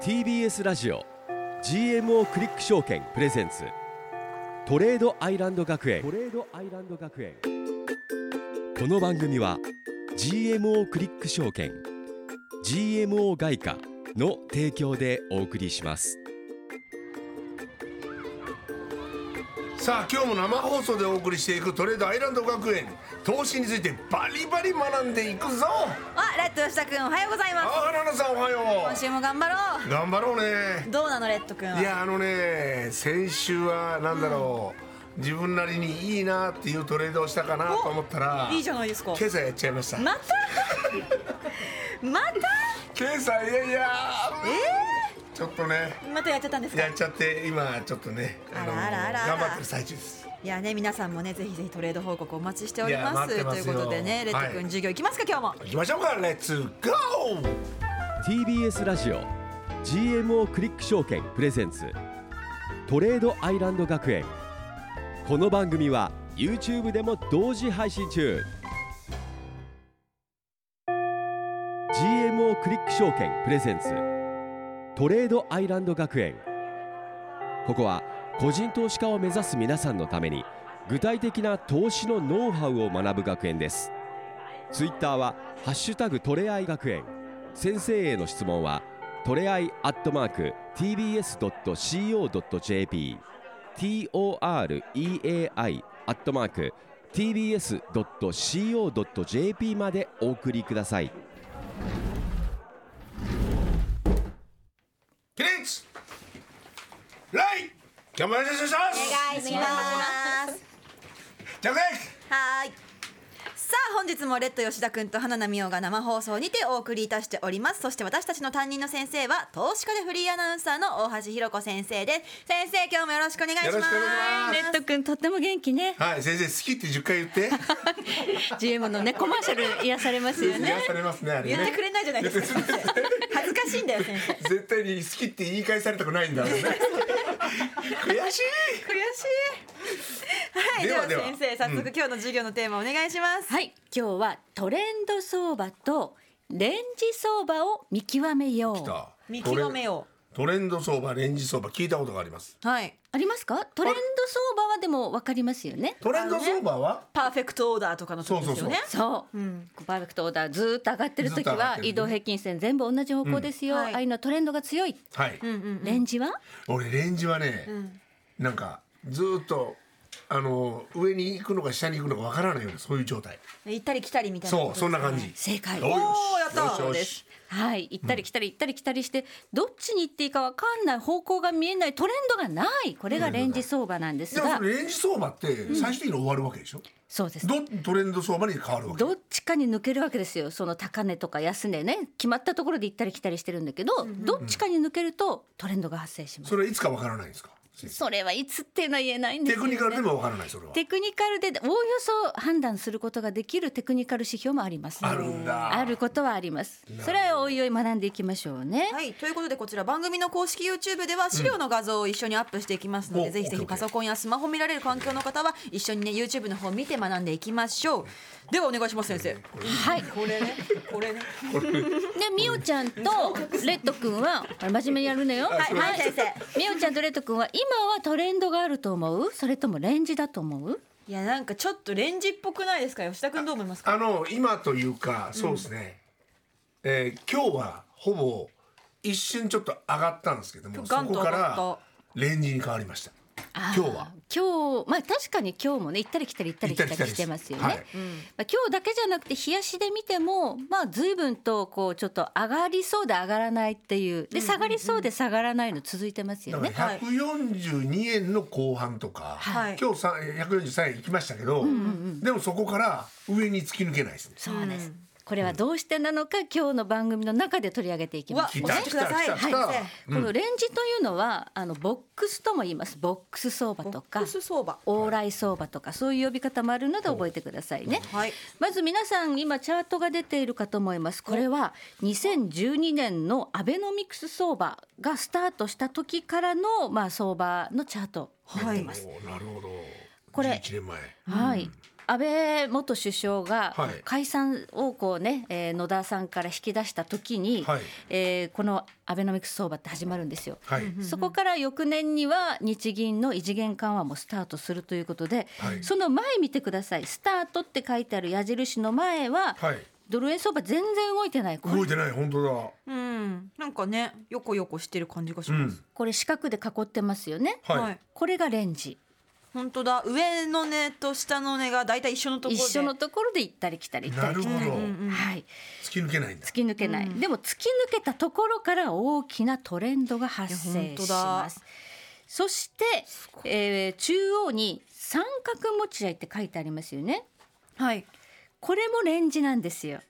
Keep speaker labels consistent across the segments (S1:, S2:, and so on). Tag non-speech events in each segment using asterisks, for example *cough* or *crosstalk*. S1: TBS ラジオ GMO クリック証券プレゼンツトレードアイランド学園トレードアイランド学園この番組は GMO クリック証券 GMO 外貨の提供でお送りします
S2: さあ今日も生放送でお送りしていくトレードアイランド学園投資についてバリバリ学んでいくぞ
S3: あ、ラッド吉田君おはようござい
S2: あ
S3: ます
S2: 花田さんおはよ
S3: 今週も頑張ろ
S2: う頑張ろうね
S3: うどうなのレッド君はい
S2: やあのね先週はなんだろう、自分なりにいいなっていうトレードをしたかなと思ったら
S3: いいじゃないですか
S2: 今朝やっちゃいました
S3: またまた
S2: 今朝いやいやちょっとね
S3: またやっちゃったんですか
S2: やっちゃって今ちょっとね
S3: あらあらあらあら
S2: 頑張ってる最中です
S3: いやね皆さんもねぜひぜひトレード報告お待ちしておりま
S2: いや
S3: す
S2: 待ってますよ
S3: ということでねレッド君、
S2: はい
S3: 授業行きますか今日も
S2: 行きましょうかレッツゴー
S1: TBS ラジオ GMO クリック証券プレゼンツトレードアイランド学園この番組は YouTube でも同時配信中 GMO クリック証券プレゼンツトレードアイランド学園ここは個人投資家を目指す皆さんのために具体的な投資のノウハウを学ぶ学園ですツイッターは「ハッシュタグトレアイ学園」先生への質問はトレアイアットマーク TBS.CO.JP TOREAI アットマーク TBS.CO.JP までお送りください
S2: 起立礼頑張りましょう
S3: お願いします
S2: じゃあ
S3: はーいさあ本日もレッド吉田君と花奈美桜が生放送にてお送りいたしておりますそして私たちの担任の先生は投資家でフリーアナウンサーの大橋ひろ子先生です先生今日もよろしくお願いします
S2: よろしくお願い
S4: レッド君とっても元気ね
S2: はい先生好きって10回言って
S4: GM のねコマーシャル癒されますよね
S2: 癒されますねあれ
S3: 言って
S2: ね
S3: くれないじゃないですか先生恥ずかしいんだよ先生
S2: 絶対に好きって言い返されたくないんだろうね悔しい
S3: 悔しいはいでは
S2: ではでは
S3: 先生早速今日の授業のテーマお願いします、
S4: はい今日はトレンド相場とレンジ相場を見極めよう
S3: 見極めよ
S2: トレンド相場レンジ相場聞いたことがあります
S3: うはい
S4: ありますかトレンド相場はでも分かりますよね
S2: トレンド相場は
S3: パーフェクトオーダーとかの時ですよね
S4: そう、パーフェクトオーダーずーっと上がってる時
S2: ずっと上がっ
S4: は
S2: てるね
S4: 移動平均線全部同じ方向ですよ、
S3: うんはい
S4: ああいうのはトレンドが強い、
S2: はい、
S4: レンジは
S2: 俺レンジはね、なんかずーっとあの上に行くのか下に行くのかわからないようなそういう状態
S3: 行ったり来たりみたいな
S2: そうそんな感じ
S4: 正解
S2: おー
S3: お
S2: よし
S3: おやった
S2: よしよし
S3: です
S4: はい行ったり来たり行ったり来たりしてどっちに行っていいか分かんない方向が見えないトレンドがないこれがレンジ相場なんです
S2: でも
S4: が
S2: それレンジ相場って最終的に終わるわけでしょ、
S4: そうです
S2: どトレンド相場に変わるわけ
S4: どっちかに抜けるわけですよその高値とか安値ね決まったところで行ったり来たりしてるんだけど、どっちかに抜けるとトレンドが発生します、
S2: それはいつかわからないんですか
S4: それはいつっていうのは言えないんで
S2: テ
S4: すよ、
S2: ク
S4: ね、
S2: ニカルでもわからないそれは
S4: テクニカルでおおよそ判断することができるテクニカル指標もあります
S2: あるんだ
S4: あることはありますそれはおいおい学んでいきましょうね、
S3: はいということでこちら番組の公式 YouTube では資料の画像を一緒にアップしていきますので、
S2: お
S3: ぜひぜひ
S2: OK
S3: パソコンやスマホ見られる環境の方は一緒にね YouTube の方見て学んでいきましょうではお願いします先生
S4: はい
S3: これねこれね
S4: でみおちゃんとレッドくんは真面目にやるのよ。はい
S3: はい先生
S4: みおちゃんとレッドくんは今はトレンドがあると思う？それともレンジだと思う？
S3: いやなんかちょっとレンジっぽくないですか吉田君どう思いますか
S2: あの今というかそうですね、えー今日はほぼ一瞬ちょっと上がったんですけどもそ
S3: ガンと
S2: こ
S3: 上
S2: か
S3: がった
S2: らレンジに変わりました
S4: あー
S2: 今日は
S4: 今日まあ確かに今日もね行ったり来たり行ったり来たりしてますよね。
S2: 行ったり来たりで
S4: まあ今日だけじゃなくて日足で見てもまあ随分とこうちょっと上がりそうで上がらないっていうで下がりそうで下がらないの続いてますよ
S2: だ
S4: ね。
S2: から142円の後半とか、
S3: はい
S2: 今日さ143円行きましたけど、でもそこから上に突き抜けないですね
S4: そうです。これはどうしてなのか今日の番組の中で取り上げていきます
S2: 来
S3: う
S4: ね
S3: わ
S2: た
S3: 教えて
S2: 来
S3: くだ
S2: た
S3: さい
S2: 来た来た、
S3: はい
S4: このレンジというのはあのボックスとも言いますボックス相場
S3: ボ
S4: と
S3: ッ
S4: か
S3: クス相場
S4: 往来相場とかそういう呼び方もあるので覚えてくださいね。
S3: はい
S4: まず皆さん今チャートが出ているかと思いますこれは2012年のアベノミクス相場がスタートした時からのまあ相場のチャート
S3: はい
S2: おーなるほど
S4: これ
S2: 11年前
S4: はい、安倍元首相が
S2: はい
S4: 解散をこう、ねえー野田さんから引き出した時に、
S2: はい
S4: えーこのアベノミクス相場って始まるんですよ。
S2: はい
S4: そこから翌年には日銀の異次元緩和もスタートするということで、
S2: はい
S4: その前見てください、スタートって書いてある矢印の前は、
S2: はい
S4: ドル円相場全然動いてない、こ
S2: 動
S4: れ
S2: いてない本当だ
S3: うん、なんかね、よこよこしてる感じがします。
S4: これ四角で囲ってますよね、
S2: はい、
S3: はい
S4: これがレンジ、
S3: 本当だ、上の根と下の根がだいたい一緒のところ
S4: 一
S3: で。
S4: 緒のところで行ったり来たり行ったり来た
S2: な
S4: り、
S2: るほど
S4: はい、
S2: 突き抜けないんだ
S4: 突き抜けない、でも突き抜けたところから大きなトレンドが発
S3: いや本当
S4: 生
S3: だ
S4: しますそして、えー中央に三角持ち合いって書いてありますよね
S3: はい。
S4: これもレンジなんですよ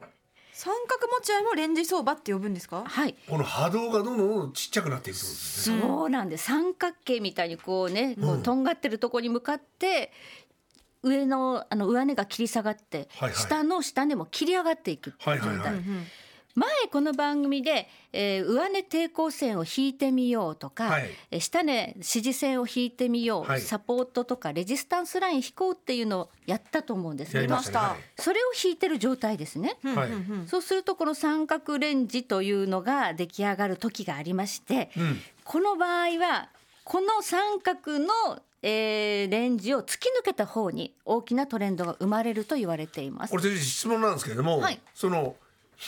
S3: 三角持ち合いもレンジ相場って呼ぶんですか。
S4: はい
S2: この波動がどんどんどんどんちっちゃくなっていくってことですね
S4: そうなんです三角形みたいにこうねこうとんがってるとこに向かって上のあの上根が切り下がって、
S2: はいはい
S4: 下の下根も切り上がっていくって
S2: は
S4: いう
S2: い
S4: 状態、
S2: はいはい、
S4: 前この番組で、えー上値抵抗線を引いてみようとか、
S2: はい
S4: えー下値支持線を引いてみよう、
S2: はい
S4: サポートとかレジスタンスライン引こうっていうのをやったと思うんです
S2: や
S4: け
S2: り
S4: ど
S2: ましたね
S4: それを引いてる状態ですね。
S2: はい、はい
S4: そうするとこの三角レンジというのが出来上がる時がありまして、
S2: うん
S4: この場合はこの三角の、えーレンジを突き抜けた方に大きなトレンドが生まれると言われています
S2: こ。れ先生質問なんですけれども、
S4: はい
S2: その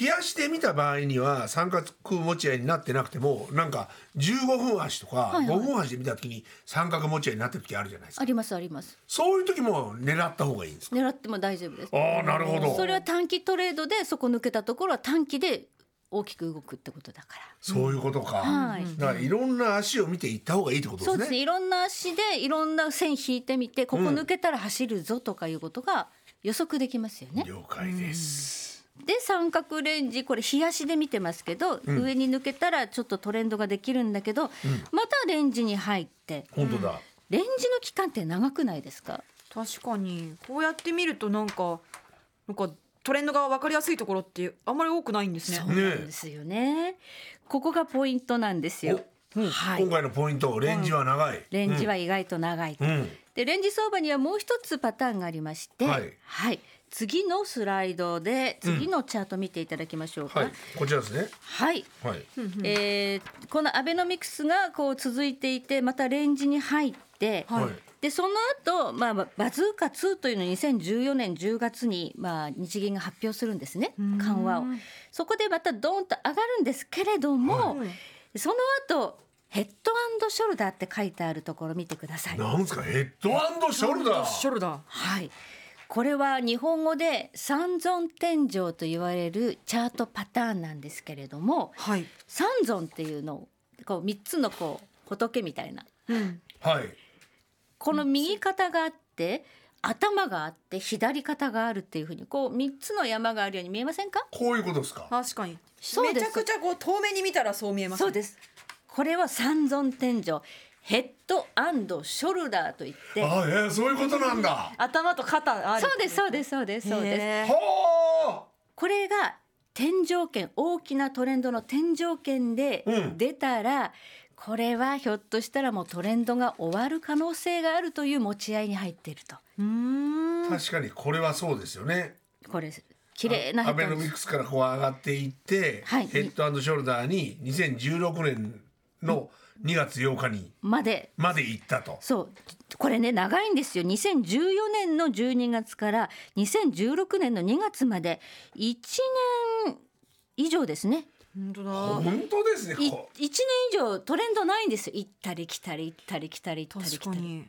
S2: 冷やしてみた場合には三角持ち合いになってなくてもなんか15分足とか
S4: はい
S2: 5
S4: はい
S2: 分足で見た時に三角持ち合いになってる時あるじゃないですか、
S4: ありますあります。
S2: そういう時も狙った方がいいんですか
S4: 狙っても大丈夫です。
S2: ああなるほど
S4: それは短期トレードでそこ抜けたところは短期で大きく動くってことだから。
S2: そういうことか、
S4: はい
S2: だからいろんな足を見ていった方がいいってことで
S4: そ
S2: す
S4: う
S2: ね
S4: ですね。いろんな足でいろんな線引いてみてここ抜けたら走るぞとかいうことが予測できますよね。
S2: 了解です、
S4: で三角レンジこれ冷やしで見てますけど、上に抜けたらちょっとトレンドができるんだけど、またレンジに入って
S2: 本当だ、
S4: レンジの期間って長くないですか
S3: 確かに、こうやって見ると、なんか。なんか、トレンドが分かりやすいところって、あんまり多くないんです
S4: そ
S3: ね
S4: う。なんですよね。ここがポイントなんですよ。はい
S2: 今。回のポイントレンジは長い、
S4: レンジは意外と長いと。
S2: うん
S4: でレンジ相場にはもう一つパターンがありまして、
S2: は
S4: はいい、次のスライドで次のチャート見ていただきましょうか。
S2: は
S4: はいい、
S2: こちらですねはい
S4: えーこのアベノミクスがこう続いていてまたレンジに入って、
S2: はい
S4: でその後、まあバズーカ2というのを2014年10月に、まあ、日銀が発表するんですね緩和をそこでまたドーンと上がるんですけれども、その後ヘッドショルダーって書いてあるところ見てください。
S2: なんですかヘッドショルダー
S3: ショルダー。
S4: はい。これは日本語で三尊天井と言われるチャートパターンなんですけれども、
S3: はい。
S4: 三尊っていうのをこう三つのこう仏みたいな
S3: うん。
S2: はい
S4: この右肩があって頭があって左肩があるっていうふうにこう三つの山があるように見えませんか？
S2: こういうことですか
S3: 確かに。
S4: そう
S3: め
S4: で
S3: ち
S4: す
S3: ゃくちゃこう遠目に見たらそう見えます、
S4: そうです。これは三尊天井、ヘッドショルダーといって、
S2: あえー、そういうことなんだ
S3: 頭と肩ある
S4: そうですそうですそうですそうです。
S3: へー
S2: は
S4: これが天井圏大きなトレンドの天井圏で
S2: うん
S4: 出たら、これはひょっとしたらもうトレンドが終わる可能性があるという持ち合いに入っていると
S3: うーん
S2: あ確かにこれはそうですよね
S4: これ綺麗なヘ
S2: ア
S4: ッド
S2: ベ
S4: な
S2: ノ
S4: んで
S2: ミ
S4: す
S2: クスからこう上がっていって、
S4: はい
S2: ヘッドショルダーに2016年の2月8日に
S4: まで
S2: まで行ったと、
S4: そうこれね長いんですよ2014年の12月から2016年の2月まで1年以上ですね
S3: 本当だ
S2: 本当ですね
S4: い1
S2: こ
S4: 年以上トレンドないんですよ行ったり来たり行ったり来たり行ったり
S3: 確
S4: 来た
S3: か
S4: り。
S3: に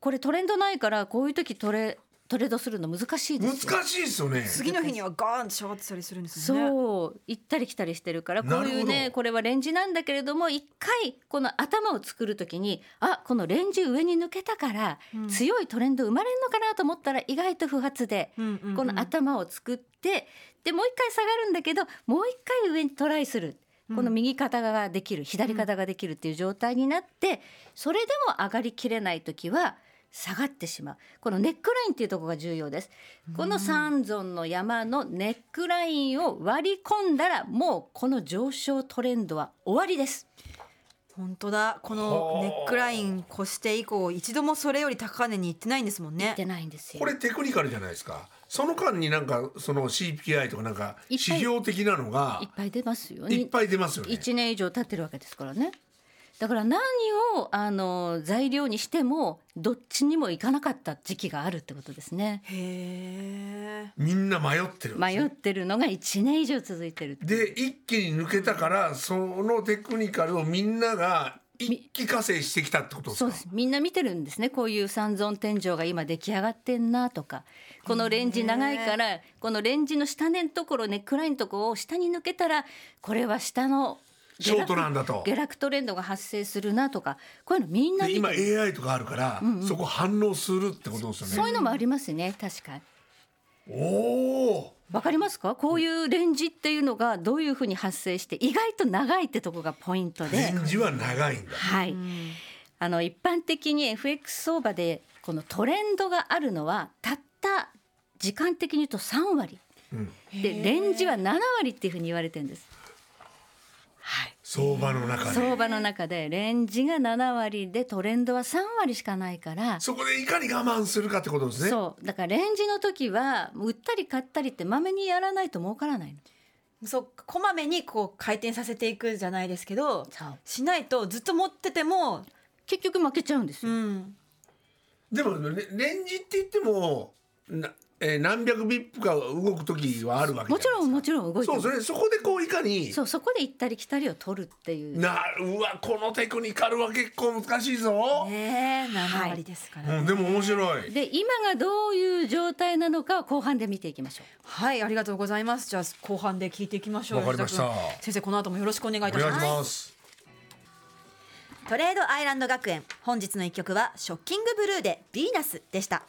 S4: これトレンドないからこういう時トレトレードするの難しいですよ
S2: 難しいですよね
S3: 次の日にはガーンって下がってたりするんですよね
S4: そう行ったり来たりしてるからこういう
S2: なるほど
S4: ねこれはレンジなんだけれども一回この頭を作る時にあこのレンジ上に抜けたから強いトレンド生まれるのかなと思ったら意外と不発で
S3: うんうんうん
S4: この頭を作ってでもう一回下がるんだけどもう一回上にトライする。この右肩ができる左肩ができるっていう状態になってそれでも上がりきれない時は下がってしまうこのネックラインっていうところが重要ですこの三尊の山のネックラインを割り込んだらもうこの上昇トレンドは終わりです
S3: 本当だこのネックライン越して以降一度もそれより高値に行ってないんですもんね
S4: 出ないんですよ
S2: これテクニカルじゃないですかその間になんかその CPI とかなんか
S4: いっ
S2: 指
S4: ぱい
S2: 標的なのが
S4: いっぱい出ますよね
S2: いっぱい出ますよね
S4: 1年以上経ってるわけですからねだから何をあの材料にしてもどっちにもいかなかった時期があるってことですね
S3: へえ
S2: みんな迷ってるんですね
S4: 迷ってるのが1年以上続いてる
S2: で一気に抜けたからそのテクニカルをみんなが一気化成してきたってことです
S4: そ
S2: か
S4: うですみんな見てるんですねこういう三尊天井が今出来上がってんなとかこのレンジ長いからこのレンジの下根のところネックラインのところを下に抜けたらこれは下の
S2: ショートなんだと
S4: 下落トレンドが発生するなとかこういうのみんな
S2: で
S4: 見て
S2: 今
S4: る
S2: AI とかあるから、そこ反応するってことですよ
S4: そう
S2: ね
S4: いうのもありますね確かに。
S2: おお
S4: わかりますかこういうレンジっていうのがどういうふうに発生して意外と長いってとこがポイントで
S2: レ、ンジは長いんだ
S4: はい、あの一般的に FX 相場でこのトレンドがあるのはたった時間的に言うと3割
S2: ん
S4: でレンジは7割っていうふうに言われてるんです。はい、
S2: 相場の中で
S4: 相場の中でレンジが7割でトレンドは3割しかないから
S2: そこでいかに我慢するかってことですね
S4: そうだからレンジの時は売ったり買ったりってまめにやらないと儲からないの。
S3: そうこまめにこう回転させていくじゃないですけど
S4: そう
S3: しないとずっと持ってても
S4: 結局負けちゃうんですよ
S3: うん
S2: でもレレンジって言ってもな、えー何百ビップか動く時はあるわけじゃない
S4: も
S2: で
S4: ち
S2: すか
S4: ろんもちろん動いて
S2: そ
S4: る
S2: うですねそこでこういかに
S4: そうそこで行ったり来たりを取るっていう
S2: なうわこのテクニカルは結構難しいぞ、
S3: ねえ7
S4: はい
S3: 割ですから、
S2: うん、でも面白い
S4: で今がどういう状態なのかを後半で見ていきましょう
S3: はい、ありがとうございます。じゃあ後半で聞いていきましょう。
S2: わかりました
S3: 吉田君先生、この後もよろしくお願いい
S2: お
S3: たし
S2: 願い
S3: ま
S2: し
S3: す。
S2: ます、
S3: トレードアイランド学園、本日の一曲はショッキングブルーでヴィーナスでした。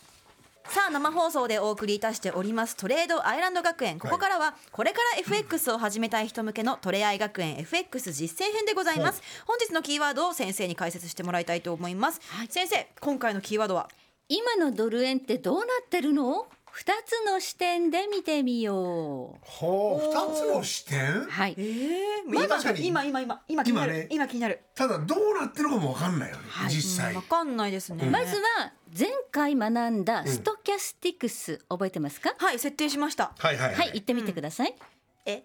S3: さあ生放送でお送りいたしておりますトレードアイランド学園ここからはこれから FX を始めたい人向けのトレアイ学園 FX 実践編でございます本日のキーワードを先生に解説してもらいたいと思います、先生今回のキーワードは
S4: 今のドル円ってどうなってるの2つの視点で見てみよ
S2: ほう2つの視点
S4: うはい
S3: え
S2: まあ確かに
S3: 今今今今気になる
S2: 今ね
S3: 今気になる
S2: ただどうなってるかも分かんないよね、実際
S3: わかんないですね、
S4: まずは前回学んだストキャスティクス、覚えてますか
S3: はい設定しました
S2: はいはい
S4: は
S2: はいい、
S4: 行ってみてください、
S3: え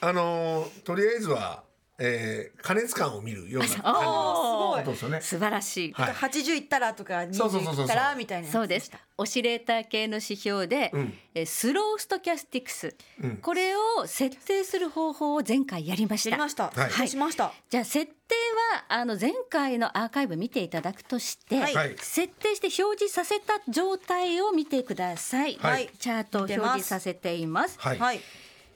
S2: あのーとりあえずは、えー、加熱感を見るような
S4: あ
S2: 感
S3: お
S2: じ
S3: ー
S2: のことですよね
S4: 素晴らしい、
S2: はい
S3: 80いったらとか
S2: そうそうそうそうそ
S3: 20いうったらみたいなやつ
S4: そうですオシレーター系の指標で、
S2: うん
S4: えースローストキャスティクス、
S2: うん
S4: これを設定する方法を前回やりまし
S3: やり
S4: た
S3: ました
S2: はい
S3: 設定しました
S4: じゃあ設定はあの前回のアーカイブ見ていただくとして、
S3: はい
S2: はい
S4: 設定して表示させた状態を見てください、
S2: はい
S4: チャートを表示させています
S2: はい、
S3: はい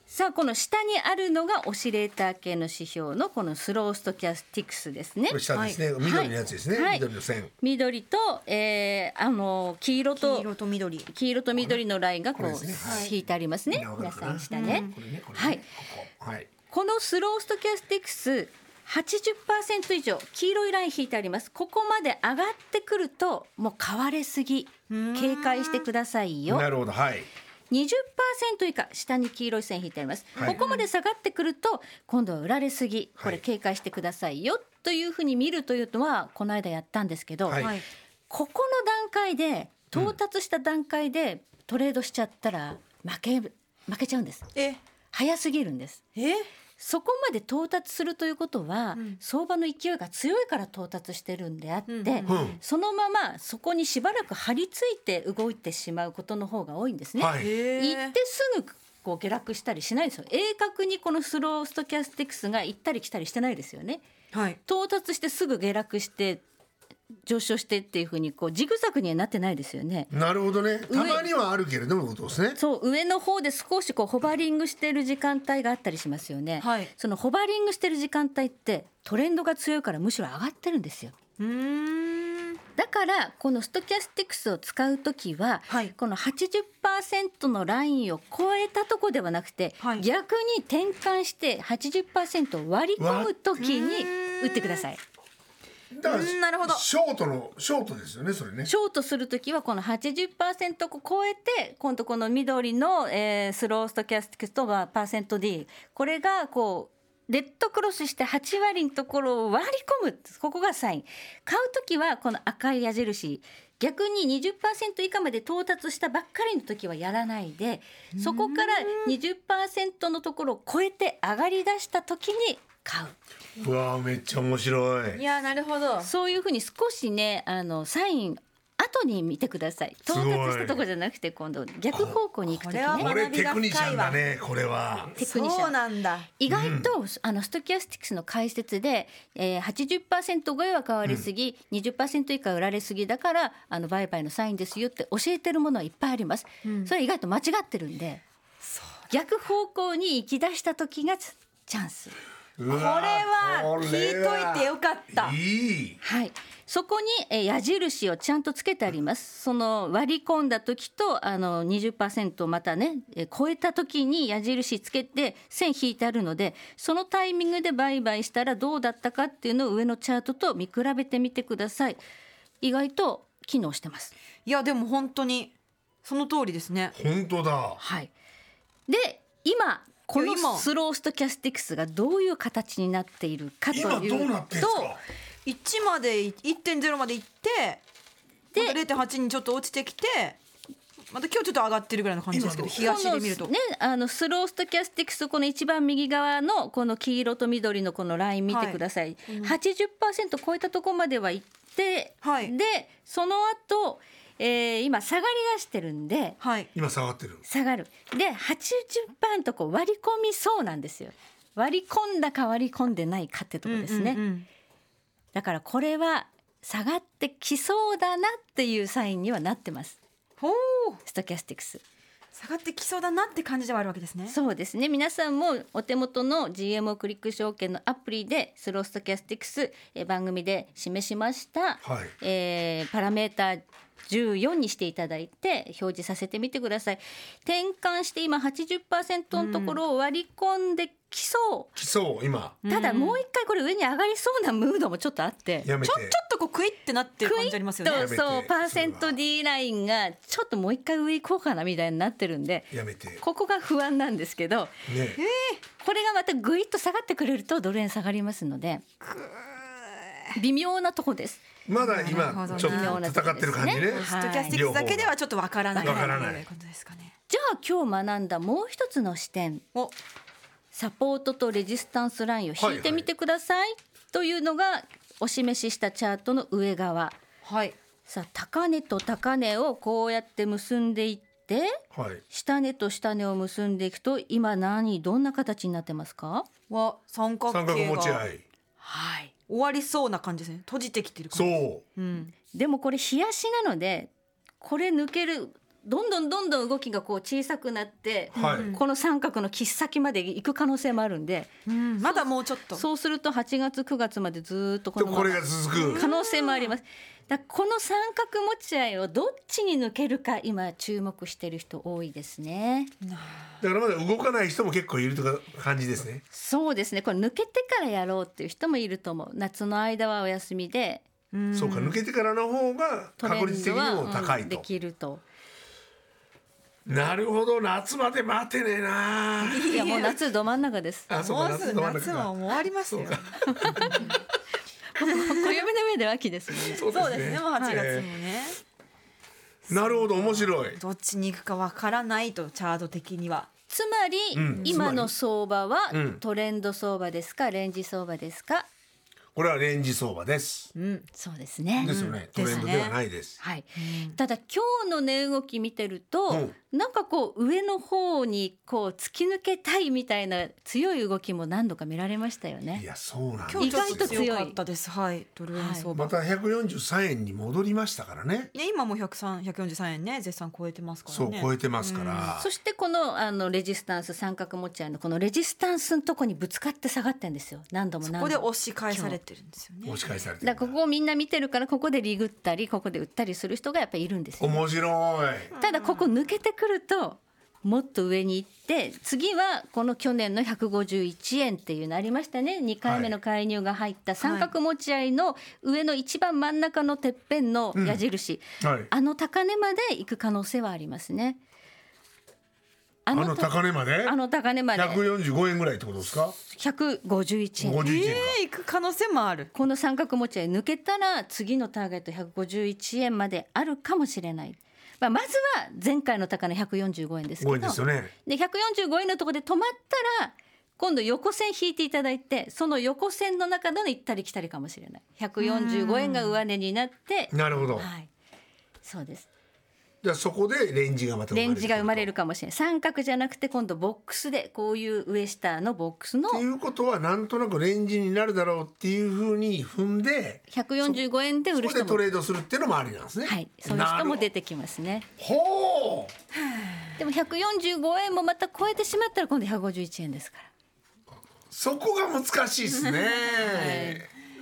S4: さあこの下にあるのがオシレーター系の指標のこのスローストキャスティクスですね
S2: これ下ですね、
S4: はい
S2: 緑のやつですね、
S4: はい
S2: 緑の線
S4: 緑と、えーあの黄色と
S3: 黄色と緑
S4: 黄色と緑のラインがこう
S2: これですねはい
S4: 引いてありますね
S2: みんなわか
S4: 皆
S2: るか
S4: さ
S2: なん
S4: 下ね
S2: これねこれね
S4: はい
S2: ここはい
S4: このスローストキャスティクス80%以上黄色いライン引いてありますここまで上がってくるともう買われすぎ警戒してくださいよ
S2: なるほどはい
S4: 20%以下下に黄色い線引いてあります、
S2: はい
S4: ここまで下がってくると今度は売られすぎこ
S2: は
S4: れ
S2: い
S4: 警戒してくださいよというふうに見るというのはこの間やったんですけど、
S2: はい
S3: はい
S4: ここの段階で到達した段階でトレードしちゃったら負け負けちゃうんです
S3: え
S4: 早すぎるんです
S3: え
S4: そこまで到達するということは、相場の勢いが強いから到達してるんであって、
S2: うん
S4: そのままそこにしばらく張り付いて動いてしまうことの方が多いんですね。
S2: はい
S4: 行ってすぐこう下落したりしないですよ。鋭角にこのスローストキャスティクスが行ったり来たりしてないですよね。
S3: はい
S4: 到達してすぐ下落して上昇してっていうふうにこうジグザグにはなってないですよね。
S2: なるほどねたまにはあるけれどもことですね
S4: そう上の方で少しこうホバリングしてる時間帯があったりしますよね、
S3: はい
S4: そのホバリングしてる時間帯ってトレンドが強いからむしろ上がってるんですよ
S3: うーん
S4: だからこのストキャスティクスを使う時は、
S3: はい
S4: この80%のラインを超えたとこではなくて、
S3: はい
S4: 逆に転換して80%を割り込む時に打ってください
S2: だから
S3: うんなるほど
S2: ショートのショートですよねそれね
S4: ショートするときはこの80%を超えて今度この緑の、えースローストキャスティクスとはパーセント D これがこうデッドクロスして8割のところを割り込むここがサイン買う時はこの赤い矢印逆に20%以下まで到達したばっかりの時はやらないでそこから20%のところを超えて上がり出した時に買
S2: う
S4: う
S2: わーめっちゃ面白い
S3: いやーなるほど
S4: そういうふうに少しねあのサイン後に見てください到達したとこじゃなくて今度逆方向に行く時
S3: これは
S4: ね
S2: これテクニシャンだねこれは
S4: テクニシャン
S3: そうなんだ
S4: 意外と、あのストキャスティクスの解説で、えー、80%超えは買われすぎ、20%以下売られすぎだからあの売買のサインですよって教えてるものはいっぱいあります、それ意外と間違ってるんで逆方向に行き出した時がチチャンス
S2: うわ
S3: これは聞いといてよかった
S2: いい
S4: はいそこに、えー矢印をちゃんとつけてありますその割り込んだ時とあの20%またね、えー超えた時に矢印つけて線引いてあるのでそのタイミングで売買したらどうだったかっていうのを上のチャートと見比べてみてください意外と機能してます
S3: いやでも本当にその通りですね
S2: 本当だ
S4: はいで今こ
S3: いや
S4: の
S3: 今
S4: スローストキャスティクスがどういう形になっているかという
S2: 今
S4: と
S2: どうなってんすか
S3: 1まで1.0まで行ってまた0.8にちょっと落ちてきてまた今日ちょっと上がってるぐらいの感じですけど
S2: 今
S3: 東で見ると、
S4: このね、あのスローストキャスティクスこの一番右側のこの黄色と緑のこのライン見てください。80%超えたとこまでは行って、
S3: はい
S4: でその後、えー今下がり出してるんで
S3: はい
S2: 今下がってる
S4: 下がる。で80%とこう割り込みそうなんですよ。割り込んだか割り込んでないかってとこですね。
S3: うんうんうん
S4: だからこれは下がってきそうだなっていうサインにはなってます。
S3: ほう
S4: ストキャスティクス。
S3: 下がってきそうだなって感じではあるわけですね
S4: そうですね皆さんもお手元の GMO クリック証券のアプリでスローストキャスティクスえー番組で示しました、
S2: はい
S4: えーパラメーター14にしていただいて表示させてみてください転換して今80%のところを割り込んできそ
S2: 来そう今
S4: う、ただもう一回これ上に上がりそうなムードもちょっとあって
S2: やめ
S3: ち
S2: て
S3: ょちょっとこうクイってなってる
S4: クイ
S3: 感じありますよね
S4: ッ
S2: や
S4: と
S2: めて
S4: そうパーセン
S2: それ
S4: ト
S2: は
S4: D ラインがちょっともう一回上行こうかなみたいになってるんで
S2: やめてね
S4: ここが不安なんですけどこれがまたぐいっと下がってくれるとドル円下がりますので微妙なとこです
S2: まだ
S3: なるほ
S2: 今
S3: どな
S2: ちょっ
S4: 微妙
S2: と
S4: なとこ
S2: 戦っ
S4: です
S2: てる感じね
S4: はい
S3: ストキャスティックスだけではちょっとわからない
S2: わからない
S3: ということですかね
S4: じゃあ今日学んだもう一つの視点
S3: お
S4: サポートとレジスタンスラインを引いてみてくださいというのがお示ししたチャートの上側
S3: はい
S4: さあ高値と高値をこうやって結んでいって
S2: はい
S4: 下値と下値を結んでいくと今何どんな形になってますか
S3: は三角
S2: 三角
S3: 形
S2: 持
S3: が
S2: ち
S3: 終
S2: 合い
S4: はい
S3: わりそうな感じですね閉じてきてる感
S2: そ
S3: じ
S2: う
S3: うん
S4: でもこれ冷やしなのでこれ抜けるどんどんどんどん動きがこう小さくなって、
S2: はい
S4: この三角の切っ先まで行く可能性もあるんで
S3: うんまだもうちょっと
S4: そうすると8月9月までずーっとこ
S2: で
S4: のま
S2: こ
S4: ま
S2: れが続
S4: 可
S2: く
S4: 能性もあります。だからこの三角持ち合いをどっちに抜けるか今注目してる人多いですね。
S2: だからまだ動かない人も結構いるとか感じですね
S4: そうですねこれ抜けてからやろうっていう人もいると思う夏の間はお休みで
S2: そうか抜けてからの方が
S4: トレン
S2: 確率
S4: ド
S2: 的に
S4: は
S2: も高
S4: う
S2: い
S4: んで
S2: と
S4: きると。
S2: なるほど夏まで待てねえなあ
S4: いやもう夏ど真ん中です。
S2: あそう
S3: も
S2: か
S3: う
S2: 夏
S3: すぐ
S2: の真ん
S3: 夏
S2: 中
S3: も
S2: か
S3: 終わりますよ
S2: そうか
S4: *laughs* 暦の上では秋ですもんね。
S2: そう
S3: そうですねもう8月も
S2: え
S3: ね、
S2: ーなるほど面白い
S3: どっちに行くかわからないとチャート的には
S4: *laughs* つまり、
S2: うん
S4: 今の相場は
S2: うん
S4: トレンド相場ですか、レンジ相場ですか
S2: これはレンジ相場です
S4: そうですね
S2: ですよねトレンドではないです
S4: はい、ただ今日の値動き見てると、
S2: う
S4: なんかこう上の方にこう突き抜けたいみたいな強い動きも何度か見られましたよ
S2: い
S4: ね
S2: やそうなんで
S3: 今日ちょっ
S4: 意
S3: と
S4: 外と
S2: すよ
S4: 強い
S3: 強かったですはいドル円相場、
S2: また143円に戻りましたからね
S3: ね今も103 143円ね絶賛超えてますから
S2: そう
S3: ね
S2: 超えてますから
S4: そしてこのあのレジスタンス三角持ち合いのこのレジスタンスのとこにぶつかって下がってんですよ何度も
S3: そ
S4: 何
S3: こで
S4: 度も。
S3: 押し返されてるんですよね
S2: 押し返されて
S4: だ
S2: る
S4: からここをみんな見てるからここでリグったりここで売ったりする人がやっぱりいるんですよね。
S2: 面白い
S4: ただここ抜けてくるともっと上に行って次はこの去年の151円っていうのありましたね2回目の介入が入った三角持ち合いの上の一番真ん中のてっぺんの矢印、
S2: はい
S4: あの高値まで行く可能性はありますね。あ
S2: あの高値まで
S4: あの高値まで
S2: 145円ぐらいってことですか
S4: 151円
S2: 51
S3: え
S2: 円か、
S3: ー、行く可能性もある
S4: この三角持ち合い抜けたら次のターゲット151円まであるかもしれない、まあ、まずは前回の高値145円ですけど
S2: 5円ですよね
S4: で145円のところで止まったら今度横線引いていただいてその横線の中での行ったり来たりかもしれない145円が上値になって、
S2: なるほど
S4: はい、そうです
S2: じゃあそこでレンジがまた
S4: レンジが生まれ
S2: る
S4: るかもしれない三角じゃなくて今度ボックスでこういう上下のボックスの
S2: っていうことはなんとなくレンジになるだろうっていうふうに踏んで
S4: 145円で売る
S2: そこで
S4: 人
S2: ト
S4: も
S2: レードするっていうのもありなんですね
S4: はいそういう人も出
S2: て
S4: てきますね
S2: ほう
S4: でも145円もまた超えてしまったら今度151円ですから
S2: そこが難しいですね、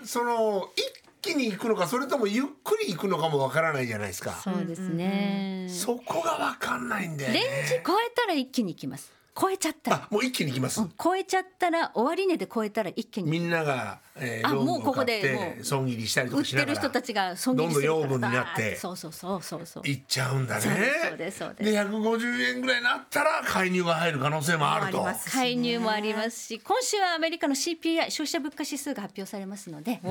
S2: その一気に行くのかそれともゆっくり行くのかもわからないじゃないですか
S4: そうですね
S2: そこがわかんないんだよね
S4: レンジ超えたら一気にいきます超えちゃったら
S2: あもう一気に行きます、
S4: 超えちゃったら終値で超えたら一気
S2: み
S4: に
S2: んなが、えー、
S4: あ
S2: ロー
S4: もう
S2: ンを
S4: こ
S2: 買
S4: こ
S2: っ
S4: で
S2: て
S4: もう
S2: 損切りしたりと
S4: 売
S2: か
S4: っ
S2: しな
S4: て
S2: が
S4: る
S2: ら
S4: 人たちが損切りするから
S2: どんどん養分になっ
S4: バー
S2: て
S4: そうそうそうそうそう
S2: 行っちゃうんだね
S4: そうですそうです
S2: で150円ぐらいになったら介入が入る可能性もあると
S3: もうあります
S4: 介入もありますし今週はアメリカの CPI 消費者物価指数が発表されますので、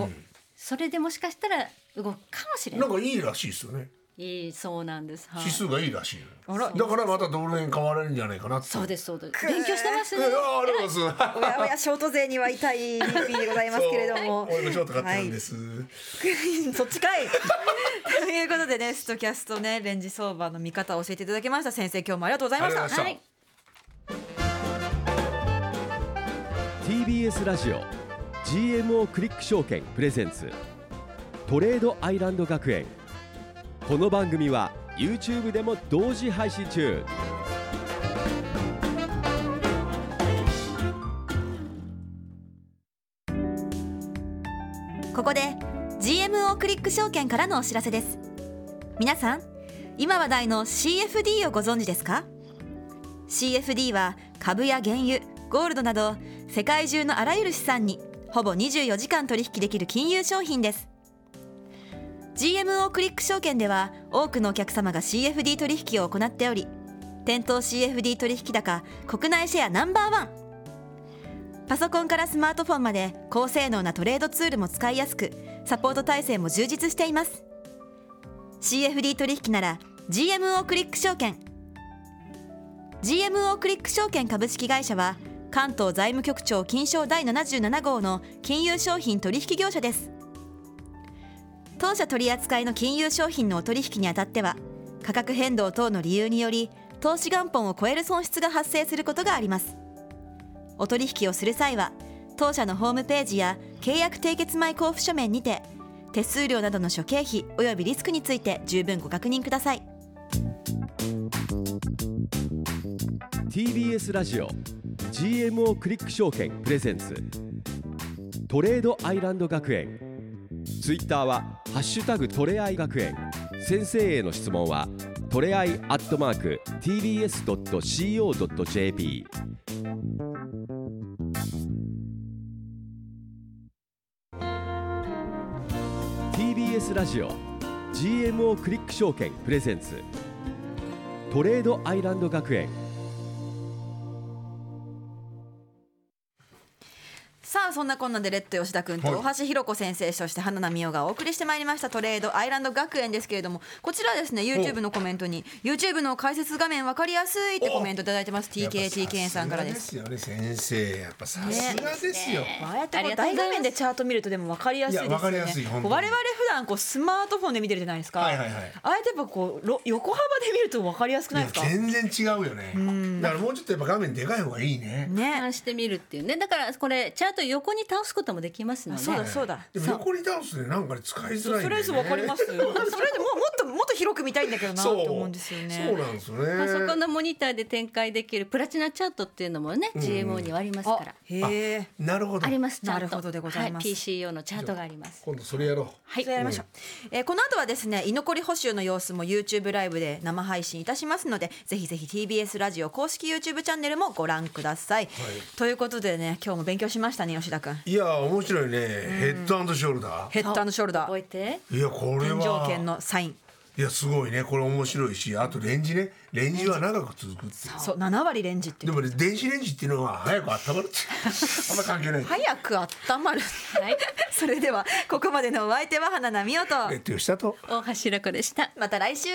S4: それでもしかしたら動くかもしれな
S2: ないんかいいらしいですよね
S4: いいそうなんです、はい
S2: 指数がいいらしいのよ、
S3: あら
S2: だからまたドル円買われるんじゃないかなって
S4: そうですそうです勉強してます
S2: い
S4: ね
S2: やありがとうございます
S3: おやおやショート勢には痛い VP でございますけれども
S2: そう俺もちょっと買ってるんです、
S3: はい、 *laughs* そっちかい *laughs* ということでねストキャストねレンジ相場の見方を教えていただきました先生今日もありがとうございました
S2: ありがとうございました
S4: はい
S1: TBS ラジオ GMO クリック証券プレゼンツトレードアイランド学園この番組は YouTube でも同時配信中
S3: ここで GMO クリック証券からのお知らせです皆さん今話題の CFD をご存知ですか CFD は株や原油ゴールドなど世界中のあらゆる資産にほぼ24時間取引できる金融商品です GMO クリック証券では多くのお客様が CFD 取引を行っており店頭 CFD 取引高国内シェアナンバーワンパソコンからスマートフォンまで高性能なトレードツールも使いやすくサポート体制も充実しています CFD 取引なら GMO クリック証券 GMO クリック証券株式会社は関東財務局長金賞第77号の金融商品取引業者です当社取扱いの金融商品のお取引にあたっては価格変動等の理由により投資元本を超える損失が発生することがありますお取引をする際は当社のホームページや契約締結前交付書面にて手数料などの諸経費およびリスクについて十分ご確認ください
S1: TBS ラジオ GMO クリック証券プレゼンツトレードアイランド学園ツイッターは「ハッシュタグトレアイ学園」先生への質問はトレアイアットマーク TBS.CO.JP TBS ラジオ GMO クリック証券プレゼンツトレードアイランド学園
S3: さあそんなこんなでレッド吉田君と
S2: はい
S3: 大橋ひろ子先生そして花奈美桜がお送りしてまいりましたトレードアイランド学園ですけれどもこちらはですね YouTube のコメントに YouTube の解説画面わかりやすいってコメントいただいてます TKTKN さんからです。
S2: やっぱさすがですよね先生やっぱさすがですよ、
S3: ああやってこ
S4: あ
S3: う
S4: りがとう
S3: 大
S4: ございます
S3: 画面でチャート見るとでも分かりやすいですよね。
S2: いや分かりやすい本当に
S3: こう我々普段こうスマートフォンで見てるじゃないですか。
S2: はいはいはい
S3: あえてやっぱこうろ横幅で見ると分かりやすくないですか。
S2: いや全然違うよねだからもうちょっとやっぱ画面でかい方がいいね
S3: ね。
S4: 算してみるっていうねだからこれチャート横に倒すこともできますの
S3: あ
S4: で
S3: そうだそうだ。
S2: でも横にダンスでなんかね使いづらいんだよね
S3: それぞれ分かり
S2: *laughs*
S3: ます。それでもうもっともっと広く見たいんだけどなと
S2: そう
S3: 思うんですよね。
S2: そうなんですよね
S4: パソコンのモニターで展開できるプラチナチャートっていうのもね GMO にはありますから
S3: あ、へえ。
S2: なるほど
S4: ありますチャート
S3: なるほどでございます
S4: はい、PC 用のチャートがあります
S2: 今度それやろう
S4: はい
S3: それやりましょう、えーこの後はですね居残り補修の様子も YouTube ライブで生配信いたしますのでぜひぜひ TBS ラジオ公式 YouTube チャンネルもご覧ください、ということでね今日も勉強しましたね吉田君
S2: いやー面白いねヘッドショルダー
S3: ヘッドショルダ
S4: 覚
S3: ー
S4: えて
S2: いやこれ
S3: 天井
S2: は
S3: 圏のサイン
S2: いやすごいねこれ面白いしあとレンジねレンジは長く続くっていう
S3: そう7割レンジって
S2: でもね電子レンジっていうのは早く温
S3: *laughs*
S2: まるっていうあんま関係ない
S3: 早く温まる、
S4: はい、
S3: *laughs* それではここまでのお相手は花奈美桜
S2: え
S3: と
S2: っとしたと
S4: 大橋ロコでした。
S3: また来週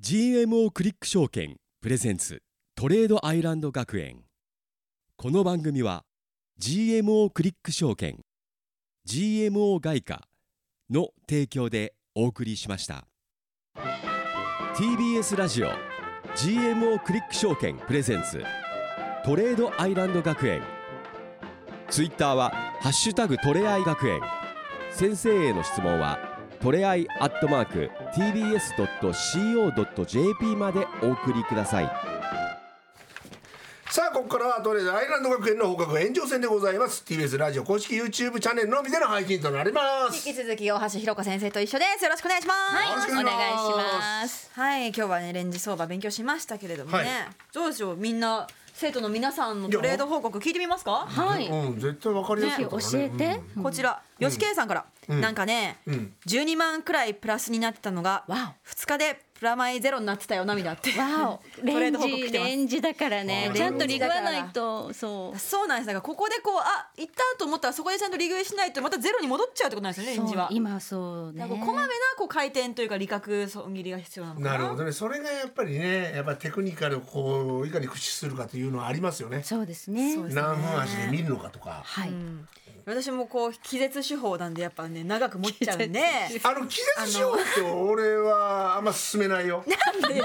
S1: GMO クリック証券プレゼンツトレードアイランド学園この番組は GMO クリック証券 GMO 外貨の提供でお送りしました TBS ラジオ GMO クリック証券プレゼンツトレードアイランド学園ツイッターは「ハッシュタグトレアイ学園」先生への質問はトレアイアットマーク TBS.CO.JP までお送りください
S2: さあここからはとりあえずアイランド学園の放課後延長戦でございます TBS ラジオ公式 YouTube チャンネルのみでの配信となります
S3: 引き続き大橋ひろ子先生と一緒ですよろしくお願いします
S4: はい、
S2: よろしくお
S4: お
S2: 願
S4: 願
S2: い
S4: い
S2: し
S4: し
S2: ま
S4: ます。
S3: はい、今日はねレンジ相場勉強しましたけれどもね、
S2: はい
S3: どうでしょうみんな生徒の皆さんのトレード報告聞いてみますか、
S4: はい、
S2: うん絶対わかりやすい
S4: ぜ
S2: から
S4: ひ教えて。
S3: こちら吉圭さんから、なんかね、
S2: ん
S3: 12万くらいプラスになってたのが
S4: わ
S3: 2日でプラマイゼロになってたよ涙って
S4: わお、
S3: *laughs* トレ
S4: レ
S3: ー
S4: ン
S3: ド報告来
S4: ジ、
S3: てます
S4: レンジだからね
S2: あ、ー
S4: ちゃんとリグわないと、そう。
S3: そうなんですだからここでこうあいったと思ったらそこでちゃんと利食いしないとまたゼロに戻っちゃうってことなんですよねレンジは
S4: そう今そう
S3: だ
S4: ね。
S3: からこうこまめなこう回転というか利確損切りが必要なのかな
S2: なるほどねそれがやっぱりねやっぱテクニカルをこういかに駆使するかというのはありますよね
S4: そうですね。
S3: そうですね
S2: 何分足で見るのかとか
S4: はい。
S3: 私もこう気絶手法なんでやっぱね長く持っちゃうんで
S2: あの気絶しようって俺はあんま勧めないよ
S3: *laughs* *laughs* いや私はで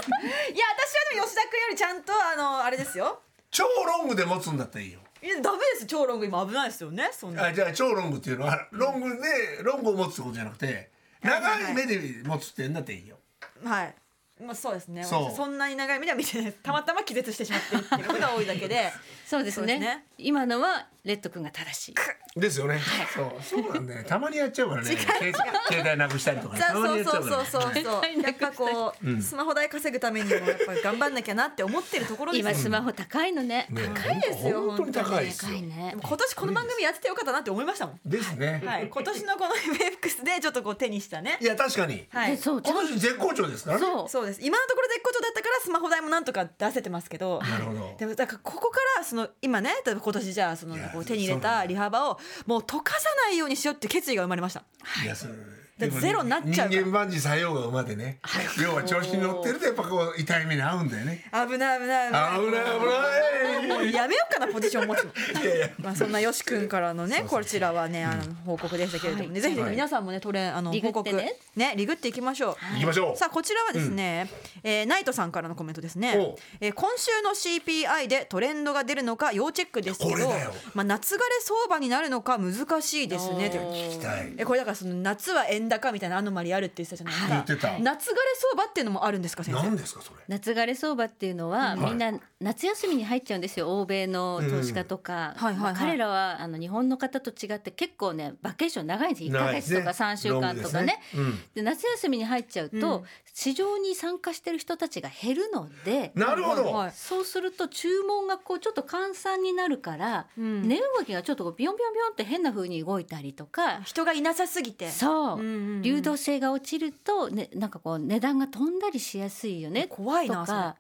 S3: も吉田君よりちゃんとあのあれですよ
S2: 超ロングで持つんだったらいいよ
S3: いやダメです超ロング今危ないですよねそんな
S2: あじゃあ超ロングっていうのはロングでロングを持つってことじゃなくて長い目で持つってんだっていいよ
S3: はいまあそうですね
S2: そう
S3: 私そんなに長い目では見てないですたまたま気絶してしまってるっていうことが多いだけで
S4: そうです
S3: そうですね
S4: ね。今のはレッド君が正しい。
S2: ですよね、そうそうなん
S3: *laughs*
S2: だよたまにやっちゃうからね携携帯なくした *laughs* りとかね
S3: さあ
S2: たまに
S3: そ
S2: や
S3: う
S2: っちゃ
S3: そうう
S2: から
S3: そう
S2: ね
S3: そうそうやっぱこうスマホ代稼ぐためにもやっぱり頑張んなきゃなって思ってるところです
S4: 今
S3: よ
S4: スマホ高いのね。
S3: 高いですよ
S2: 本当に高いですよ
S4: 高いね
S3: でも。今年この番組やっててよかったなって思いましたもん
S2: ですね、、
S3: はいい今年のこ *laughs* の FX でちょっとこう手にしたね
S2: や確かに、
S3: はい
S4: でそう、ちゃ
S2: 今
S4: ん
S2: 年絶好調ですからね
S4: そう。
S3: そうです今のところ絶好調だったからスマホ代もなんとか出せてますけど
S2: なるほど
S3: でもだからここからその今ね例えば今年じゃあその
S2: いや
S3: こう手に入れ
S2: そうなん
S3: た
S2: だ
S3: リハバをもう溶かさないようにしようって決意が生まれました
S2: いやそれ
S3: だってゼロになっちゃうから
S2: 人間万事作用が馬でね要は調子に乗ってるとやっぱこう痛い目に遭うんだよね
S3: 危ない危ない
S2: 危ない危ない
S3: やめようかなポジション持つの。
S2: いやいや
S3: まあそんなよし君からのねこちらはねあの報告でしたけれどもねぜひぜひ皆さんもねトレあの
S4: リグ
S3: 報
S4: って
S3: 告
S4: ね
S3: ねリグっていきましょう。
S2: 行きましょう
S3: さあこちらはですね、えーナイトさんからのコメントですね
S2: おう、
S3: えー今週の CPI でトレンドが出るのか要チェックですけど
S2: これだよ
S3: まあ、夏枯れ相場になるのか難しいですねという
S2: 痛い
S3: えこれだからその夏は円高みたいなアノマリーあるって言ってたじゃないですか
S2: 言ってた
S3: 夏枯れ相場っていうのもあるんですか先生
S2: 何ですかそれ
S4: 夏枯れ相場っていうの
S2: は
S4: は、
S2: い
S4: みんな夏休みに入っちゃうんですよ欧米の投資家とか、
S3: うんはいはいはい
S4: まあ彼らはあの日本の方と違って結構ねバケーション長いんです1
S2: 長
S4: ヶ
S2: いですね
S4: 月とか3週間とかね。
S2: ロングですね
S4: で夏休みに入っちゃうと、
S3: うん
S4: 市場に参加してる人たちが減るので。
S2: なるほど、
S3: はい
S4: そうすると注文がこうちょっと換算になるから、
S3: うん
S4: 値動きがちょっとこうビヨンビヨンビヨンって変な風に動いたりとか、
S3: 人がいなさすぎて
S4: そ
S3: う
S4: う、
S3: んうんうん
S4: 流動性が落ちると、ね、なんかこう値段が飛んだりしやすいよね
S3: 怖いな
S4: とか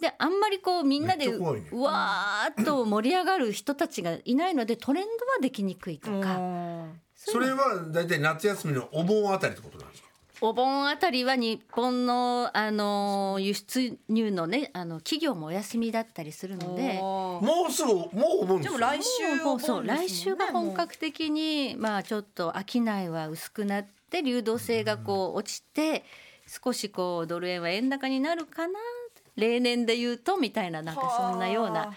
S4: であんまりこうみんな
S2: め
S4: で
S2: っちゃ怖いね
S4: うわーっと盛り上がる人たちがいないのでトレンドはできにくいとか
S3: うん
S2: それは大体夏休みのお盆あたりってことなんですか
S4: お盆あたりは日本の、あのー輸出入のねあの企業もお休みだったりするので。
S3: おー
S2: もうすぐもうお盆で
S3: ですも
S2: よ
S3: 来週
S4: もうも
S3: お盆
S4: うそ
S3: で
S4: う
S3: すもんね
S4: 来週が本格的にまあちょっと商いは薄くなって流動性がこう落ちて少しこうドル円は円高になるかな例年で言うとみたいななんかそんなよう
S3: はあ
S4: な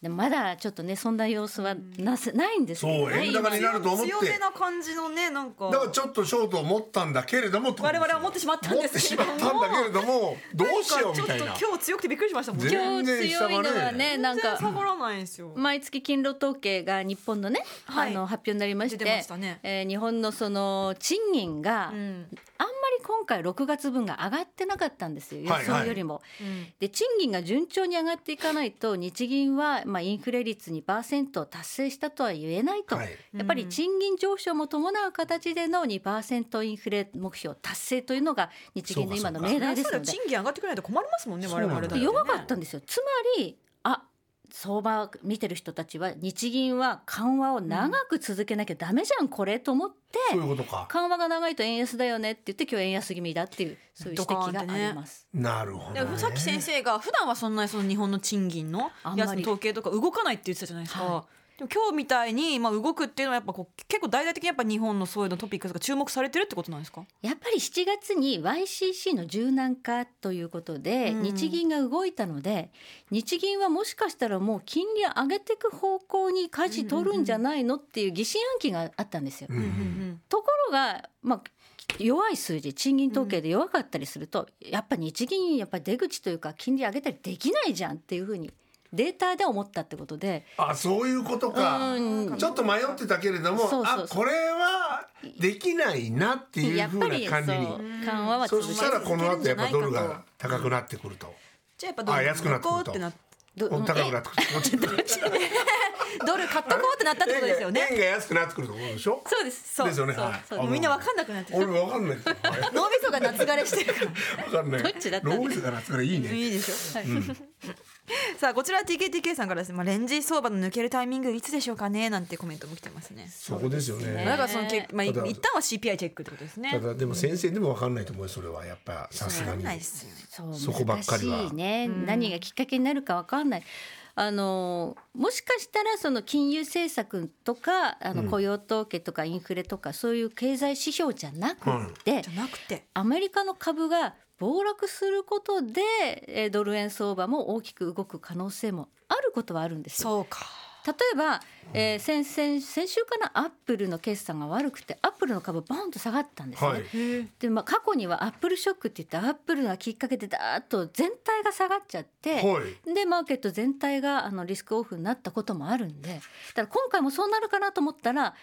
S4: でもまだちょっとねそんな様子はなせないんですけど
S2: そう円高になると思って
S3: 強めな感じのねなんか
S2: だからちょっとショートを持ったんだけれどもってことですよ
S3: 我々は持ってしまったんですけれども
S2: 持ってしまったんだけれどもどうしようみたい
S3: ん
S2: な
S3: かちょっと今日強くてびっくりしましたもんね
S2: 全
S4: 今日強いのはねなん
S3: 全然
S4: か
S3: 下がらないんですよ、
S4: 毎月勤労統計が日本のね、
S3: はい
S4: あの発表になりまして
S3: 出てましたね
S4: えー日本のその賃金が、
S3: うん
S4: あんまりり今回6月分が上がってなかったんですよ予
S2: はいはい
S4: 想よりも。で賃金が順調に上がっていかないと日銀はまあインフレ率2%を達成したとは言えないと、
S2: はい
S4: やっぱり賃金上昇も伴う形での2%インフレ目標達成というのが日銀の今の命題です
S3: そう
S4: ので
S3: 賃金上がってくれないと困りますもんね我々だってね
S4: 弱かったんですよつまりあ相場見てる人たちは日銀は緩和を長く続けなきゃダメじゃんこれと思って
S2: そういうことか
S4: 緩和が長いと円安だよねって言って今日円安気味だっていうそういう指摘があります。
S2: なるほど、
S3: で
S2: ね、
S3: さっき先生が普段はそんなにその日本の賃金の
S4: あんま
S3: や
S4: り
S3: つの統計とか動かないって言ってたじゃないですか。
S4: は
S3: でも今日みたいにまあ動くっていうのはやっぱこう結構大々的にやっぱ日本のそういうのトピックスが注目されてるってことなんですか。
S4: やっぱり7月に YCC の柔軟化ということで、
S3: うん
S4: 日銀が動いたので日銀はもしかしたらもう金利上げていく方向に舵取るんじゃないのっていう疑心暗鬼があったんですよ。
S2: うん
S4: ところが、まあ、弱い数字賃金統計で弱かったりすると、やっぱ日銀やっぱり出口というか金利上げたりできないじゃんっていうふうにデータで思ったってことで
S2: あそういうことか
S4: うん
S2: ちょっと迷ってたけれども
S4: そうそうそう
S2: あこれはできないなっていう
S4: やっ
S2: ふ
S4: ぱ
S2: う
S4: り
S2: な
S4: そう
S2: 感じに
S4: 緩和は
S2: そうしたらこの後やっぱドル
S3: 続けるんじゃない
S2: が
S3: か
S2: 高くなってくると、
S3: じゃあやっぱ
S2: あ安くなってく
S3: こ
S2: る
S3: う
S2: と
S3: ってなっ
S4: ど
S2: お高くな
S4: え
S2: って
S3: *laughs*
S2: くると
S3: ドル買っとこうってなったってことですよね。
S2: 円が安くなってくるってことでしょ
S3: そうです。そう
S2: ですよね
S3: そう
S2: はい
S3: そう
S2: あの
S3: もうみんなわかんなくなってきた。
S2: 俺わかんないですよはい
S3: 脳みそが夏枯れしてるから。
S2: わかん *laughs* ない
S4: どっちだったんだ
S2: 脳みそが夏からいいね
S3: いいでしょ、さあこちら TKTK さんからですね、まあ、レンジ相場の抜けるタイミングいつでしょうかねなんてコメントも来てますね
S2: そこですよね
S3: だからそのけ、まあ、い
S2: ただ
S3: 一旦は CPI チェックってことですね
S2: ただでも先生でもわかんないと思うよそれはやっぱさすが
S3: わかん
S2: に
S3: ないですよね
S4: そう
S2: そこばっかりは
S4: 難しいね、何がきっかけになるかわかんない。あのもしかしたらその金融政策とかあの雇用統計とかインフレとかそういう経済指標じゃなくて、
S3: じゃなくて
S4: アメリカの株が暴落することでえードル円相場も大きく動く可能性もあることはあるんですよ。
S3: そうか
S4: 例えば、えー先先先週かなアップルの決算が悪くてアップルの株バーンと下がったんですね。
S2: はい
S4: でまあ、過去にはアップルショックって言ってアップルがきっかけでだーっと全体が下がっちゃって、
S2: はい
S4: でマーケット全体があのリスクオフになったこともあるんでだから今回もそうなるかなと思ったら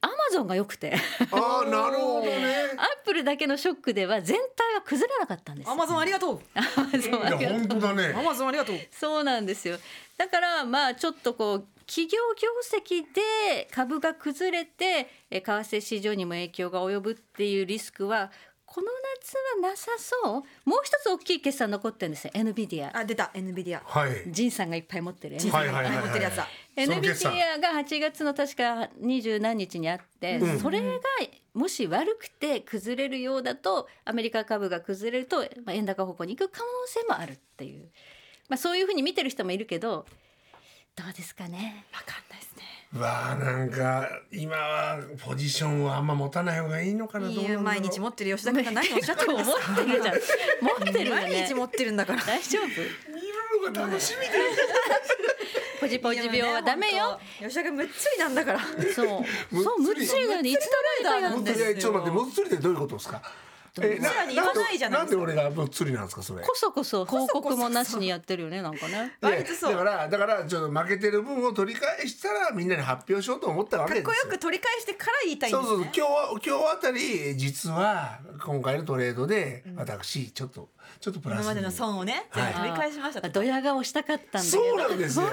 S4: アマゾンが良く
S3: *laughs*
S4: て
S2: ああなるほどね
S4: アップルだけのショックでは全体は崩れなかったんですよ
S3: アマゾンありがとう
S2: いや本当だね
S3: アマゾンありがとう
S4: そうなんですよだからまあちょっとこう企業業績で株が崩れてえ為替市場にも影響が及ぶっていうリスクはこの夏はなさそうもう一つ大きい決算残ってるんですよ NVIDIA
S3: あ出た NVIDIA
S2: はい
S4: ジンさんがいっぱい持ってる
S3: ジン
S2: はいはいはい
S3: 持ってるやつだ
S2: はいその決算
S4: NVIDIA が8月の確か二十何日にあって、
S2: うん
S4: それがもし悪くて崩れるようだとアメリカ株が崩れると、まあ、円高方向に行く可能性もあるっていう、まあ、そういうふうに見てる人もいるけどどうですかね
S3: わかんないですね
S2: うわあなんか今はポジションはあんま持たない方がいいのかなどう
S3: い
S2: な
S3: いよ
S2: んだろう
S3: 毎日持ってる吉田君が何をおっしゃってるんですか
S4: 持ってるじゃん持ってるよ
S3: *laughs* 毎
S4: ね
S3: 日持ってるんだから
S4: 大丈夫
S2: 見るのが楽しみだ
S4: ポジポジ病はダメよ、
S3: 吉田君むっつりなんだから
S4: そうそうむ
S2: む
S4: っ
S2: っつり
S4: つりだよねいつの間にかや
S2: も
S4: っ
S2: ってと
S4: る
S2: りあえずちょっと待ってもっとりってどういうことですかえ
S3: らに行かないじゃない
S2: な
S3: ですか
S2: んで俺がもっとりなんですかそれ
S4: こそこそ報告もなしにやってるよねなんかね
S2: いや
S3: 割とそう
S2: だからだからちょっと負けてる分を取り返したらみんなに発表しようと思ったわけ
S3: か
S2: で
S3: っ
S2: す
S3: こよく取り返してから言いたいんで
S2: そうそ
S3: す
S2: う
S3: ね
S2: 今日は今日あたり実は今回のトレードで私ちょっとちょっとプラ
S3: 今
S2: ス
S3: まで
S2: に
S3: の損をね全部取り返しましたと
S4: ドヤ顔したかったんだけど
S2: そうなんですよ。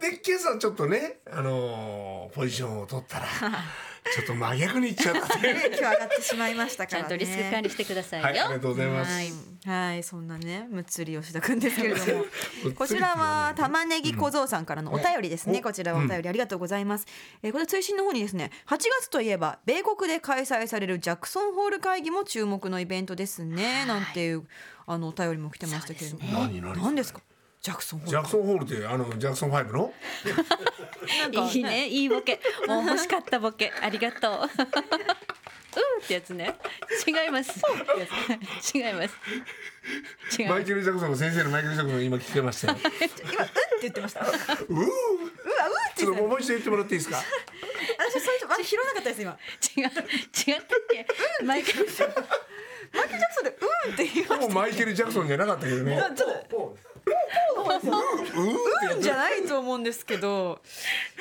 S2: で今朝ちょっとね、あのーポジションを取ったらちょっと真逆にいっちゃって、
S3: ね今日上がってしまいま *laughs* した
S4: ち
S3: か
S4: ゃ
S3: ら
S4: ん
S3: ね。
S4: とリスク管理してくださいよ。
S2: はいありがとうございます。
S3: はい、はい、そんなね、むっつり吉田くんですけれど
S2: *laughs* む
S3: も
S2: っつりって言わない。
S3: こちらは玉ねぎ小僧さんからのお便りですね。
S2: うん
S3: こちらはお便りありがとうございます。えーこれ追伸の方にですね、8月といえば米国で開催されるジャクソンホール会議も注目のイベントですね。なんていうあのお便りも来てましたけれど
S2: そ
S3: も、
S2: うですね何何
S3: 何ですか？ジャクソンホー
S2: ジ
S3: ル
S2: ャクソンホールってあのジャクソンファイブの
S3: なんか
S4: いいね、いいボケ。もう欲しかったボケ。ありがとう。うんってやつね。違います。違います。違い
S2: マ
S4: ま
S2: イ
S4: す。
S2: ケルジャクソンの先生のマイケルジャクソン今聞けましたよ。
S3: 今うんって言ってま *laughs* した。うわうっ
S2: うー
S3: て
S2: ち
S3: 言
S2: ょ
S3: っ
S2: ってと
S3: ました。
S2: もう一度言ってもらっていい *laughs* ですか。
S3: 私最初 *laughs* まだ拾わなかったです今。
S4: 違う。違ったっけ。マイケルさん。
S3: マイケルジャクソンでうんって言いました *laughs*
S2: もうマイケルジャクソンじゃなかったけどね。
S3: ちょっと
S2: ポー
S3: うんじゃないと思うんですけど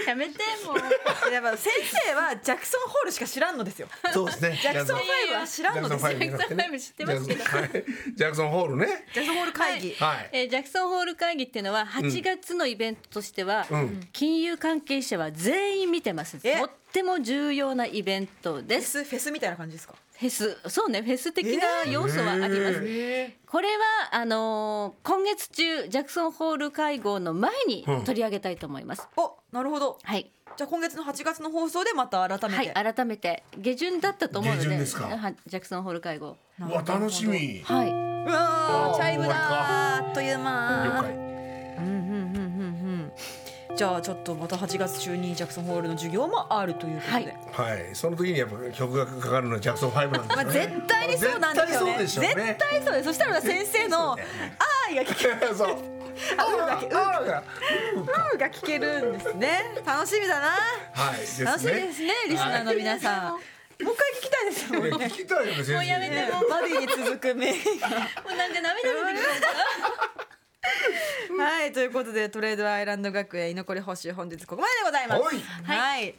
S4: やめてもう
S3: やっぱ先生はジャクソンホールしか知らんのですよ
S2: そうですね。ジャ
S3: ジャクソン5は知らんのですよ
S2: ジャクソン
S4: ジャクソンファイブ知ってますけ
S2: ジャ
S4: ど
S2: クソンはいジャクソンホールね。
S3: ジャクソンホール会議、
S2: はい。
S4: えージャクソンホール会議っていうのは8月のイベントとしては、
S2: ん
S4: 金融関係者は全員見てます
S3: え
S4: とっても重要なイベントで
S3: フェ
S4: す
S3: スフェスみたいな感じですか
S4: フェスそうねフェス的な要素はあります、これはあのー今月中ジャクソンホール会合の前に
S2: うん
S4: 取り上げたいと思います、
S3: おなるほど
S4: はい
S3: じゃあ今月の8月の放送でまた改め
S4: は
S3: て、
S4: い改めて下旬だったと思うので
S2: 下旬ですか
S4: はいジャクソンホール会合
S2: うわ楽しみ。
S4: はいう
S3: わーチャイムだーあっという
S2: 了
S3: 間
S2: 解。
S3: じゃあちょっとまた8月中にジャクソンホールの授業もあるということで、
S4: はい
S2: はい。その時にやっぱ曲がかかるのはジャクソン5なんです
S3: まあ、
S2: よね。
S3: 絶対にそうなんですよ
S2: 絶対
S3: ね
S2: そうでしょうね
S3: 絶対そうですそしたら先生の「あーい」が聞ける
S2: そう。あーあーが
S3: 「うーが聞けるんですね楽しみだな
S2: はい。ですね
S3: 楽しみですねリスナーの皆さん、
S4: は
S3: もう一回聞きたいですよ
S2: いや聞きたいよね先生。
S4: もうやめても
S3: バディに続く名言
S4: うなんか涙出てきた
S3: はいということでトレードアイランド学園居残り報酬本日ここまででございます
S2: はい
S3: はいい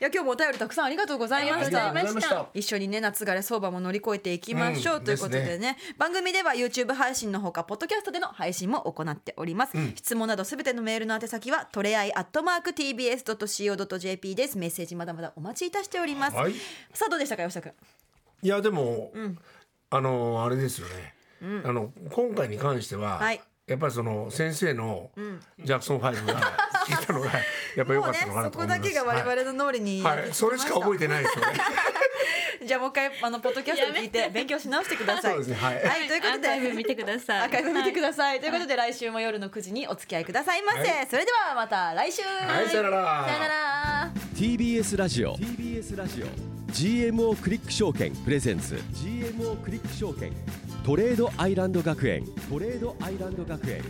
S3: や今日もお便りたくさんありがとうございま
S2: あ
S3: し
S2: りが
S3: た
S2: とうございました。
S3: 一緒にね夏枯れ相場も乗り越えていきましょう、
S2: うん
S3: ということでね
S2: です
S3: 番組では YouTube 配信のほかポッドキャストでの配信も行っております、質問などすべてのメールの宛先はトレアイアットマーク TBS.CO.JP ですメッセージまだまだお待ちいたしております、
S2: はい
S3: さあどうでしたか吉田君
S2: いやでも、あのあれですよね、あの今回に関しては、
S3: はい
S2: やっぱりその先生のジャクソンファイ
S3: *laughs*
S2: ブが聞いたのがやっぱ良かったのかなと
S3: そ
S2: 思
S3: こ
S2: います。
S3: だけが我々の脳裏に
S2: はい、はい、それしか覚えてないですよね。
S3: じゃあもう一回あのポッドキャスト聞いて勉強し直してください。
S2: そうですねはい
S3: はい、というこ
S4: ア
S3: と
S4: ー
S3: で。
S4: カイブ見てください
S3: アーカイブ見てください。ということで来週も夜の9時にお付き合いくださいませ。それではまた来週。
S2: はい、さよなら。
S3: さよなら。
S1: TBS ラジオ TBS ラジオ GMO クリック証券プレゼンツ GMO クリック証券トレードアイランド学園トレードアイランド学園